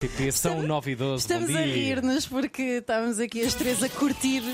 TT, são 9 e 12, Estamos bom a dia. rir-nos porque estamos aqui as três a curtir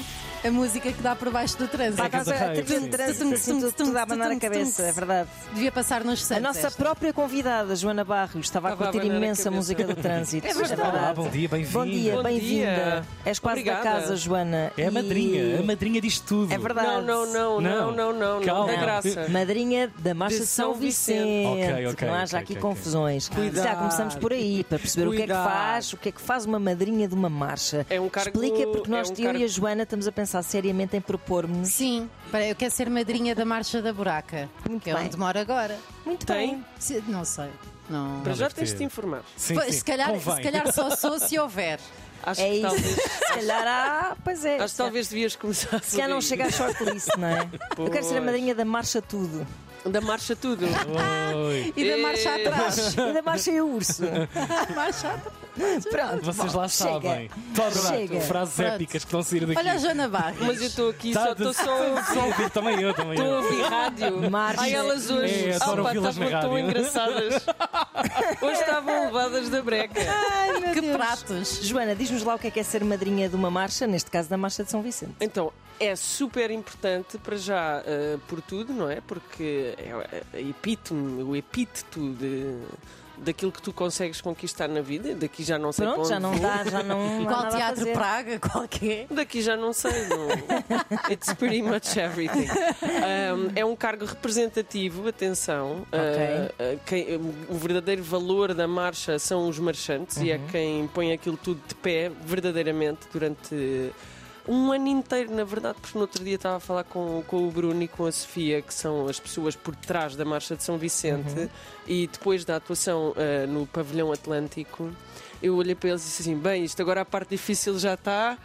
a música que dá por baixo do trânsito. Pá, estás a- Teve um trânsito assim, tudo, tudo a abanar a cabeça, é verdade. Devia passar nos A Santos. nossa esta. própria convidada, Joana Barrios, estava a Estava a curtir abanar a imensa cabeça. música do trânsito. É verdade. Olá, bom dia, bem-vinda. Bom dia, Bom bem-vinda. dia. És quase da Obrigada. casa, Joana. É a E- madrinha, a madrinha disto tudo. É verdade. Não, não, Não. não, não, não, não, não, Calma. da graça. Madrinha da Marcha de De São São Vicente. Vicente. Ok, ok, não haja ok, aqui ok, confusões. Já Cuidado. começamos por aí, para perceber o que é que Cuidado. faz, o que é que faz uma madrinha de uma marcha. É um cargo- Explica, porque nós, é um eu e cargo- a Joana, estamos a pensar seriamente em propormos. Sim, para eu quero ser madrinha da Marcha da Buraca. Muito que é bem. onde moro agora. Muito Tem? bem. Se- Não sei. Não. Para já deve tens ter. de te informar. Sim, Pois, sim, se, calhar, convém. se calhar só sou se houver. Acho É que talvez. isso. Se calhar há. Pois é. Acho que talvez devias começar Se calhar não chega à shortlist, não é? Eu quero ser a Pois. madrinha da marcha tudo. Da marcha tudo. Oi. E da Eh, marcha atrás. E da marcha e o urso. marcha atrás. Pronto. Vocês Ah! bom, lá chega. sabem. Toda, Chega. frases Pronto. épicas que estão a sair daqui. Olha a Joana Barros. Mas eu estou aqui, Tá só estou de- só a ouvir- Só ouvir, também eu, também estou a eu. ouvir rádio. Marcha. Ai, elas hoje. É, adoro Ah, pá, ouvi-las na estavam tão rádio. engraçadas. Hoje estavam levadas da breca. Ai, meu Que Deus. pratos. Joana, diz-nos lá o que é que é ser madrinha de uma marcha, neste caso da Marcha de São Vicente. Então, é super importante para já eh, por tudo, não é? Porque é a- a epítome, o epíteto de, daquilo que tu consegues conquistar na vida. Daqui já não sei para Pronto, onde já não vou. dá, já não. não há Qual nada a teatro fazer. Praga, qual que é? Daqui já não sei. Não. It's pretty much everything. Um, é um cargo representativo, atenção. Ok. Uh, uh, quem- um, o verdadeiro valor da marcha são os marchantes e é quem põe aquilo tudo de pé, verdadeiramente, durante. Um ano inteiro, na verdade, porque no outro dia estava a falar com, com o Bruno e com a Sofia, que são as pessoas por trás da Marcha de São Vicente, e depois da atuação uh, no Pavilhão Atlântico, eu olhei para eles e disse assim: bem, isto agora a parte difícil já está,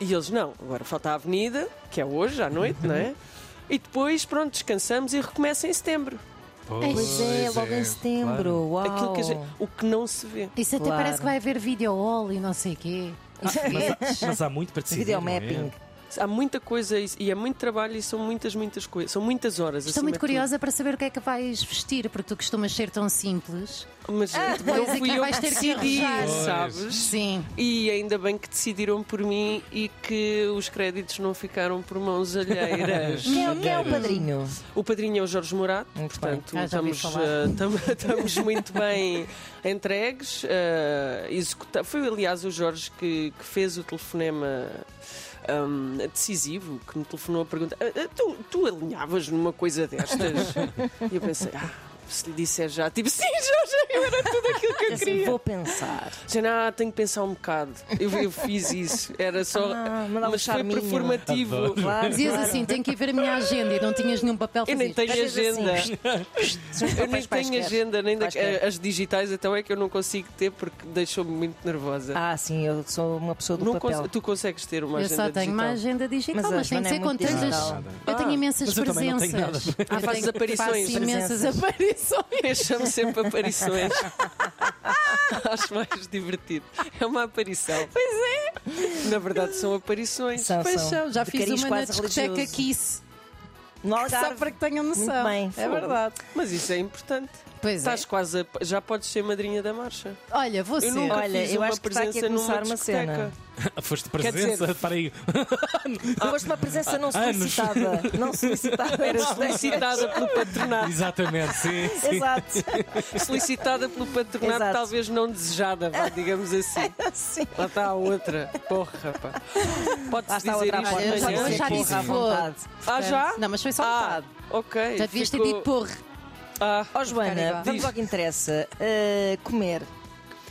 e eles, não, agora falta a avenida, que é hoje, à noite, não é? E depois, pronto, descansamos e recomeça em setembro. Pois é, logo em é, claro. setembro. Uau. Aquilo que a gente- o que não se vê. Isso até Claro. parece que vai haver video all e não sei o quê. é E foguetes. Mas há muito para decidir. um não é? Videomapping. Há muita coisa e- e é muito trabalho e são muitas, muitas coisas. São muitas horas. Estou acima muito de tudo. curiosa para saber o que é que vais vestir, porque tu costumas ser tão simples. pois Mas não é que fui eu vais que ter que decidi, arranjar. sabes? Sim. E ainda bem que decidiram por mim e que os créditos não ficaram por mãos alheiras. Quem é, quem é o padrinho? O padrinho é o Jorge Morato, Muito portanto, bem. Ah, já ouvi estamos, falar. eh, tam- estamos muito bem entregues. eh, executa- Foi, aliás, o Jorge que, que fez o telefonema hum, decisivo, que me telefonou a perguntar: "Ah, ah, tu, tu alinhavas numa coisa destas? e eu pensei: ah, se lhe disser já, tipo, sim, Jorge, eu era tudo aquilo que eu Assim, queria. vou pensar. Dizendo, ah, tenho que pensar um bocado. Eu, eu fiz isso, era só. Ah, mandava um mas foi charminho. performativo. Claro, Dizias claro. assim: tenho que ir ver a minha agenda e não tinhas nenhum papel para Eu nem fazer. tenho Às vezes agenda. assim, Eu nem papéis quaisquer. tenho agenda, nem da- Quaisquer. as digitais, então é que eu não consigo ter porque deixou-me muito nervosa. Ah, sim, eu sou uma pessoa do Não papel. conse- tu consegues ter uma Eu agenda só tenho digital. uma um. agenda digital, Mas mas, tem a Joana que é ser com muito tantas. digital. Eu tenho Ah, imensas mas eu também não tenho presenças. nada. Eu Ah, fazes tenho- aparições. Faço imensas Presenças. aparições. Eu chamo sempre aparições. Acho mais divertido. É uma aparição. Pois é. Na verdade, são aparições. São, Pois são. são, já De fiz cariz uma na quase discoteca religioso. Kiss. No Só Algarve. para que tenham Muito noção. bem. É verdade. Mas isso é importante. Pois é. Estás quase a- Já podes ser madrinha da marcha. Olha, você. Eu nunca Olha, fiz eu uma acho que está aqui a presença numa começar uma discoteca. cena. Foste Quer dizer- presença, para aí. Eu gosto de uma presença não anos. solicitada. Não solicitada. Era solicitada pelo patronato. Exatamente, sim. sim. Exato. Solicitada pelo patronato, Exato. talvez não desejada, vá, digamos assim. Sim. Lá está a outra. Porra, pá. Lá Pode-se está dizer outra porta. Eu parte. isto. já mas vou é. achar isso à flor. vontade. Ah, já? Não, mas foi um só Ah, metade. ok. Já devias ter Ficou- dito porra. Ah, Ó Joana, Ficar vamos igual. ao que interessa. Uh, comer.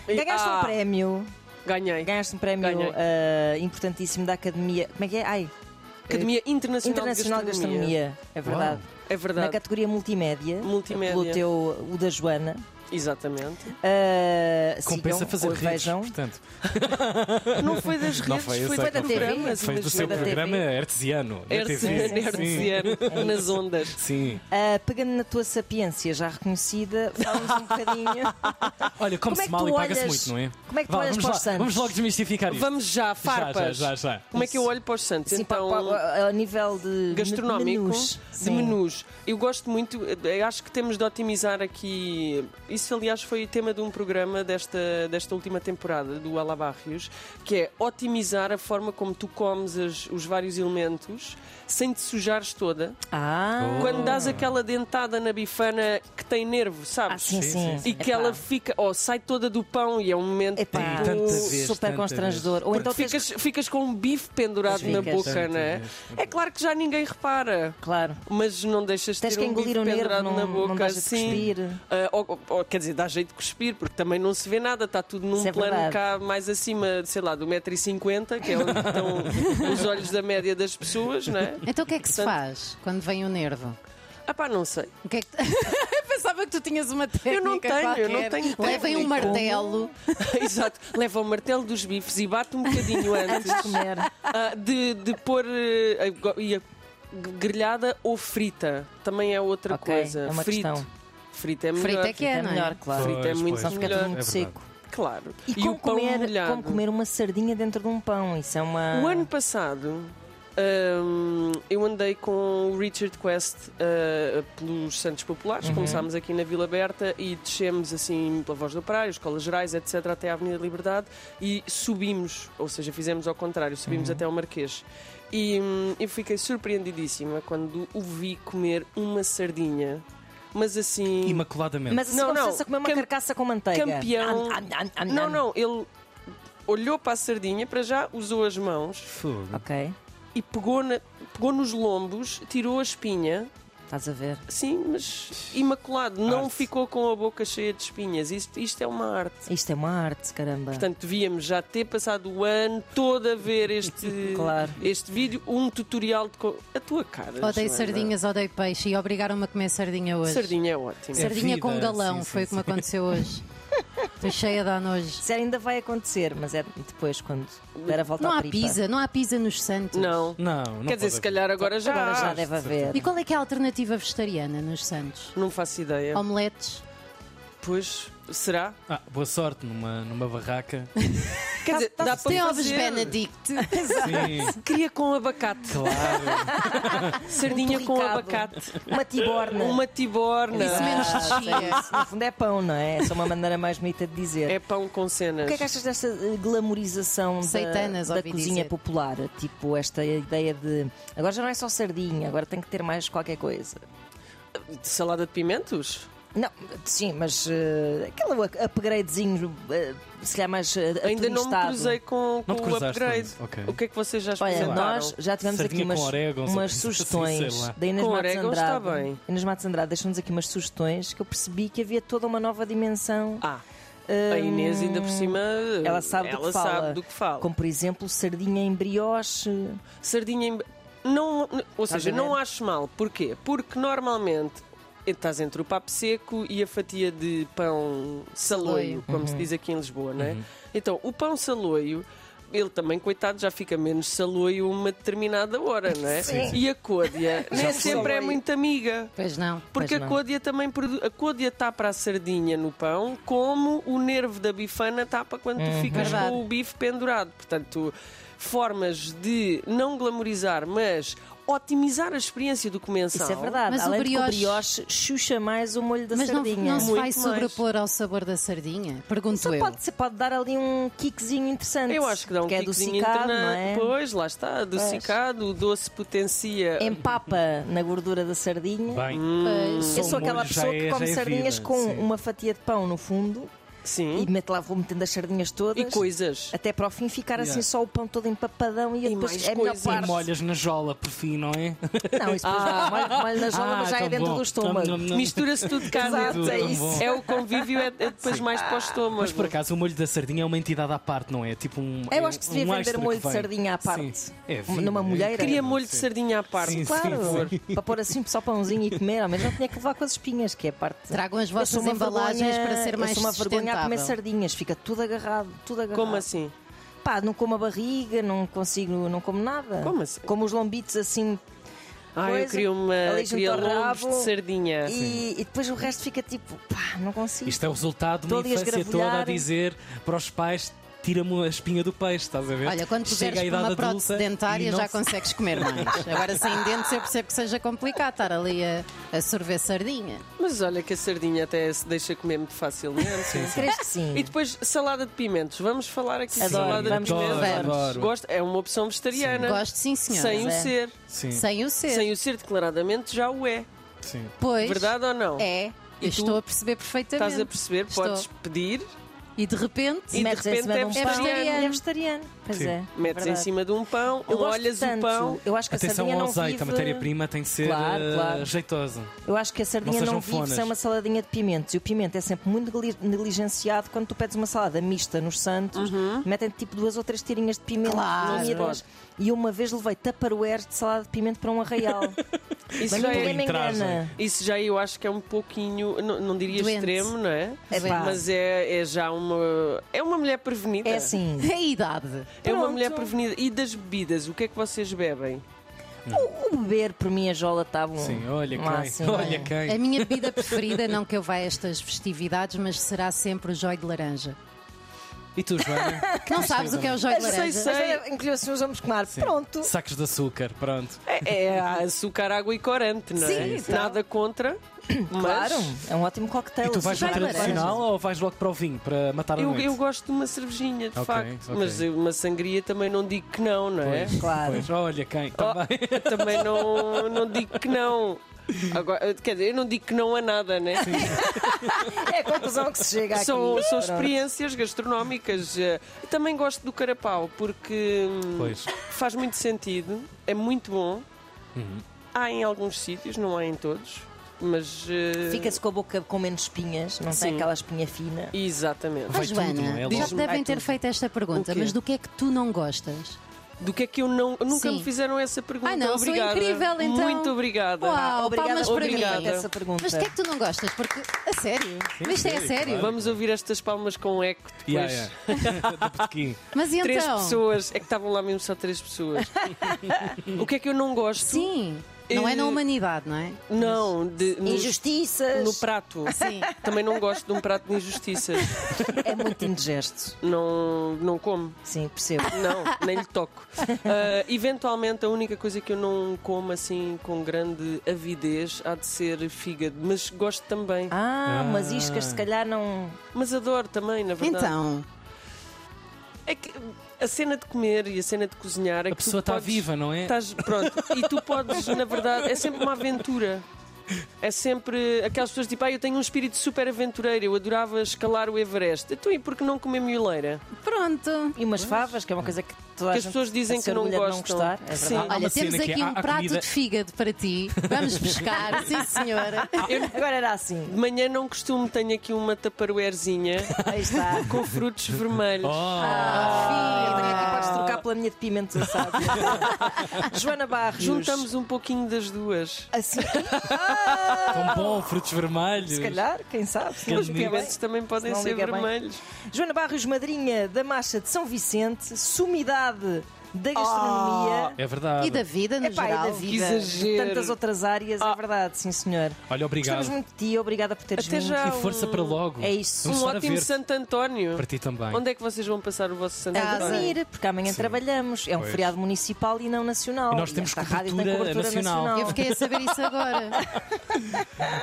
e- Ganhaste ah, um prémio. Ganhei. Ganhaste um prémio Ganhei. uh, importantíssimo da Academia. Como é que é? Ai, Academia Internacional, Internacional de de Gastronomia. Gastronomia. É verdade. É Na verdade. categoria multimédia. Multimédia. Pelo teu, o da Joana. Exatamente. Uh, Compensa sigam, fazer ou redes, vejam. portanto. Não foi das redes, Não foi esse, foi é do que não foi. programa. Fez do seu da TV. programa artesiano. da TV, sim. É Herziano, É nas ondas. Sim. Uh, pegando na tua sapiência já reconhecida, falamos um bocadinho. Ah, Olha, Como é come-se que mal tu e paga-se olhas- muito, não é? como é que tu Vá, olhas vamos para lá, os Santos? Vamos logo desmistificar isto. Vamos já, farpas. já, já. Como é que eu olho para os Santos? Sim, então, pá, pá, ao nível de gastronómico menus. de Sim. menus. Eu gosto muito, eh, acho que temos de otimizar aqui. Isso Isso, aliás, foi tema de um programa desta, desta última temporada do Alabarrios, que é otimizar a forma como tu comes as- os vários elementos sem te sujares toda. Ah, Quando dás aquela dentada na bifana que tem nervo, ah, sabes? sim, Sim, sim. sim, E que ela fica, ou sai toda do pão e é um momento Epá, Tem tipo, tanta vez, super tanta constrangedor. vez. Ou Porque então tens... ficas, ficas com um bife pendurado Pois na ficas. boca, Tanta não é? vez, tanta É claro que já ninguém repara. Claro. Mas não deixas de Tens ter que um engolir bife o nervo, pendurado não, na boca não dás a assim. cuspir. Ah, ou- ou- quer dizer, dá jeito de cuspir, porque também não se vê nada, está tudo num Isso é plano verdade. cá mais acima, sei lá, do 1,50m, que é onde estão os olhos da média das pessoas, não é? Então o que é que se Portanto- faz quando vem o nervo? Ah pá, não sei. O que é que... Eu Pensava que tu tinhas uma técnica Eu não tenho, qualquer. eu não tenho Levem um técnica. martelo. Exato, leva o martelo dos bifes e bate um bocadinho antes Antes de comer. ah, de, de pôr eh, agora- e a- grelhada ou frita. Também é outra Ok, coisa. é uma frito. questão. Frito é melhor. Frito é que é, É não é? melhor, claro. Frito é Pois, muito pois. Só fica tudo melhor. muito É verdade. seco. Claro. E, o como, pão comer, molhado. como comer uma sardinha dentro de um pão? Isso é uma. O ano passado hum, eu andei com o Richard Quest uh, pelos Santos Populares. Começámos aqui na Vila Berta e descemos assim pela Voz do Praia, Escolas Gerais, etc., até à Avenida Liberdade e subimos, ou seja, fizemos ao contrário, subimos até ao Marquês. E hum, eu fiquei surpreendidíssima quando o vi comer uma sardinha, mas assim. Imaculadamente. Mas assim, Não, não, não. não. a comer uma Cam- carcaça com manteiga. Campeão. Am, am, am, am, Não, am. não, ele olhou para a sardinha, para já usou as mãos. Fogo. Ok, e pegou, na- pegou nos lombos, tirou a espinha, estás a ver. sim, mas imaculado, não Arte. ficou com a boca cheia de espinhas. Isto, isto é uma arte. Isto é uma arte, caramba. Portanto, devíamos já ter passado o ano todo a ver este, Claro. este vídeo, um tutorial de. co- A tua cara. Odeio Joana. sardinhas, odeio peixe e obrigaram-me a comer sardinha hoje. Sardinha é ótimo. É Sardinha vida, com galão, sim, foi o sim, que me aconteceu hoje. Estou cheia de nojo. Isso ainda vai acontecer, mas é depois quando der a volta Não à há tripa. pizza, não há pizza nos Santos. Não. Não, não Quer dizer, pode se calhar agora já. Agora já há. deve haver. E qual é que é a alternativa vegetariana nos Santos? Não faço ideia. Hum. Omeletes? Pois, será? haver. Ah, boa sorte numa, numa barraca. Tá- Quer dizer, dá Tem para ovos fazer. Benedict. Sim, Cria com abacate. claro. Sardinha Um com torricado. abacate. Uma tiborna. Uma tiborna. Isso menos Ah, chia. isso, no fundo é pão, não é? Essa é uma maneira mais bonita de dizer. É pão com cenas. O que é que achas desta eh, glamorização da- Seitanas, da, ouvi cozinha dizer. popular? Tipo, esta ideia de agora já não é só sardinha, agora tem que ter mais qualquer coisa. De Salada de pimentos? Não, sim, mas eh, aquele upgradezinho, eh, se calhar mais eh, Ainda não me aturistado. cruzei com, Não com te o cruzaste upgrade. ainda, ok. O que é que vocês já Olha, experimentaram? nós já tivemos Sardinha aqui com umas, orégãos, ou umas coisa assim, sugestões sei lá. da Inês Com Matos orégãos Andrade. está bem. Inês Matos Andrade deixou-nos aqui umas sugestões que eu percebi que havia toda uma nova dimensão. Ah, hum, a Inês ainda por cima. Ela sabe do que fala. sabe do que fala. Como por exemplo, sardinha em brioche. Sardinha em. Não, não- ou Estás seja, a ver? não acho mal. Porquê? Porque normalmente estás entre o papo seco e a fatia de pão saloio, Saloio. como Uhum. se diz aqui em Lisboa, não é? Uhum. Então, o pão saloio. Ele também, coitado, já fica menos saloio a uma determinada hora, não é? Sim. E a côdea nem sempre é muito amiga. Pois não. Porque Pois a não. côdea também produ- a côdea está para a sardinha no pão, como o nervo da bifana está para quando Uhum. tu ficas Verdade. com o bife pendurado. Portanto, formas de não glamorizar, mas otimizar a experiência do comensal. Isso é verdade. Mas o Além de que o brioche- brioche chucha mais o molho da Mas não, sardinha. não se é Muito vai mais. sobrepor ao sabor da sardinha? Pergunto Só eu. pode, se pode dar ali um kickzinho interessante. Eu acho que dá um Porque é kickzinho adocicado, interna- não é? Pois, lá está, adocicado, o doce potencia. É Empapa na gordura da sardinha. Bem, Hum. Pois. Eu Só sou o aquela molho já pessoa é- que já come é sardinhas vida, com sim. uma fatia de pão no fundo Sim. e mete lá, vou metendo as sardinhas Hum? E, todas. coisas. Até para o fim ficar assim Yeah. só o pão todo empapadão e, E depois mais é a melhor coisas. e parte. molhas na jola, por fim, não é? Não, isso depois dá molho, molho na jola, Ah, tá mas já é tão dentro bom. do estômago. Hum, hum, hum. Mistura-se tudo cá Exato, dentro. é Tão isso. bom. É o convívio, é, é depois mais para o estômago. Mas por acaso o molho da sardinha é uma entidade à parte, não é? Tipo um. Eu acho que se devia um vender extra o molho que de vem. sardinha à parte. Sim. É vida, Numa é mulher. Queria molho de sardinha à parte. Sim, Claro, sim, para pôr assim só pãozinho e comer, mas não tinha que levar com as espinhas, que é a parte. Tragam as Eu sou vossas uma embalagens vergonha- para ser mais Eu sou uma vergonha a comer sustentável. sardinhas, fica tudo agarrado, tudo agarrado. Como assim? Pá, não como a barriga, não consigo, não como nada. Como assim? Como os lombitos assim. Ah, eu coisa, queria uma ali junto queria ao lombos de rabo sardinha. E, e depois o resto fica tipo, pá, não consigo. Isto é o resultado de uma Estou ali a infância esgravilhar. toda a dizer para os pais: tira-me a espinha do peixe, estás a ver? Olha, quando Chega puseres à por uma idade prótese adulta dentária e não já se- consegues comer mais. Agora sem dentes eu percebo que seja complicado estar ali a, a sorver sardinha. Mas olha que a sardinha até se deixa comer muito facilmente. Crees que sim? E depois salada de pimentos. Vamos falar aqui de Adoro, salada vamos de pimentos. Adoro, Vamos. adoro. Gosto, é uma opção vegetariana. Gosto sim, senhora. sem o é. ser. Sim, Sem o ser. Sem o ser declaradamente já o é. sim. Pois. Verdade ou não? É. Eu E tu estou a perceber perfeitamente. Estás a perceber? Estou. Podes pedir, E de repente. E de Metes em repente cima é um pão. vegetariano. É vegetariano. Pois Sim. é. metes em verdade. cima de um pão, Eu ou gosto olhas tanto. o pão. Eu acho que a Atenção sardinha ao não azeite, vive... a matéria-prima tem que ser Claro, eh, claro. jeitosa. Eu acho que a sardinha Não não, sejam vive fonas. sem uma saladinha de pimentos. E o pimento é sempre muito negli- negligenciado quando tu pedes uma salada mista nos Santos. Uhum. Metem tipo duas ou três tirinhas de pimento. Claro. comidas. E eu uma vez levei taparoeiros de salada de pimento para um arraial. Isso Mas já, não é- me Entragem. engana. isso já eu acho que é um pouquinho, não, não diria Doente. extremo, não é? Epá. Mas é, é já uma. É uma mulher prevenida. É assim. A idade. É uma Pronto. mulher prevenida. E das bebidas, o que é que vocês bebem? O beber por mim a jola está bom. É Sim, olha quem. Máximo. olha A quem. minha bebida preferida, não que eu vá a estas festividades, mas será sempre o joio de laranja. E tu, Joana? Não sabes o que é o joio de Sei, laranja? sei. Encolheu-se os ombros, claro. Sim. Pronto. Sacos de açúcar, pronto. É, é açúcar, água e corante, não é? Sim, Nada contra, mas então. Claro. É um ótimo cocktail. E tu vais no vai super laranja. tradicional ou vais logo para o vinho para matar a eu, noite? eu gosto de uma cervejinha, de Ok, facto. ok. Mas uma sangria também não digo que não, não é? Pois, Claro. pois, olha quem. Também. Também não, não digo que não. Agora, eh, quer dizer, eu não digo que não a nada, né? É a conclusão que se chega aqui. São, são Pronto. experiências gastronómicas. Eh, Também gosto do carapau porque hum, Pois. faz muito sentido, é muito bom. Uhum. Há em alguns sítios, não há em todos, mas. eh, Fica-se com a boca com menos espinhas, não Sim. tem aquela espinha fina. Exatamente. Ó, Vai tudo, não é? Joana, já Logo. te Vai devem ter tudo. feito esta pergunta, O quê? mas do que é que tu não gostas? Do que é que eu não. Nunca Sim. me fizeram essa pergunta. Ai, não, sou obrigada. incrível, então. Muito obrigada. Uau, obrigada palmas por para mim. obrigada essa pergunta. Mas do que é que tu não gostas? Porque, a sério, Sim, mas isto é a sério, sério. claro. Vamos ouvir estas palmas com eco depois. Yeah, yeah. é? Do botequim. Mas e Três então? pessoas, é que estavam lá mesmo só três pessoas. o que é que eu não gosto? Sim, não é Eh, na humanidade, não é? Não, de, no, Injustiças. no prato. Sim. Também não gosto de um prato de injustiças. É muito indigesto. Não, não como. Sim, percebo. Não, nem lhe toco. Ah, eventualmente, a única coisa que eu não como assim com grande avidez há de ser fígado, mas gosto também. Ah, Ah. mas iscas se calhar não. Mas adoro também, na verdade. Então, É que a cena de comer e a cena de cozinhar é A que tu pessoa está podes- tá- viva, não é? Estás, pronto, e tu podes, na verdade, é sempre uma aventura. É sempre aquelas pessoas tipo, ah, eu tenho um espírito super aventureiro, eu adorava escalar o Everest. Então, e por que não comer mioleira? pronto. E umas favas, que é uma coisa que toda a Que as gente pessoas dizem se que não orgulha de não gostam. gostar. É Sim. verdade. Há Olha, uma temos cena que aqui há- um há prato comida- de fígado para ti. Vamos pescar, sim senhora. Agora era assim. De manhã não costumo, tenho aqui uma taparoerzinha Aí está. com frutos vermelhos. Oh, Ah, filho, aqui podes trocar pela minha de pimentos assados. Joana Barros. Juntamos um pouquinho das duas. Assim. Tão bom, frutos vermelhos. Se calhar, quem sabe? se não Os liga fica bem. pimentos também podem não ser liga bem. vermelhos. Joana Barros, madrinha da Marcha de São Vicente, sumidade da gastronomia. É verdade. E da vida, no Epá, e geral. da vida, Que de exagero. tantas outras áreas, Ah. é verdade, sim senhor. Olha, obrigado. Gostamos muito de ti, obrigada por teres Até vindo. já. E força para logo. É isso. Vamos Um estar a ótimo ver Santo António. para ti também. Onde é que vocês vão passar o vosso Santo A António? dormir, porque amanhã trabalhamos. É um Pois. feriado municipal e não nacional. E nós temos esta rádio tem cobertura cobertura nacional. nacional. Eu fiquei a saber isso agora.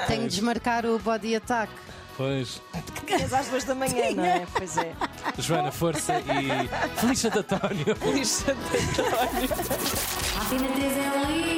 Tenho de desmarcar o body attack. é- Pois. Mas às duas da manhã, não é? Pois é. Joana, força e feliz Santo António. Feliz Santo António. Antena 3 é um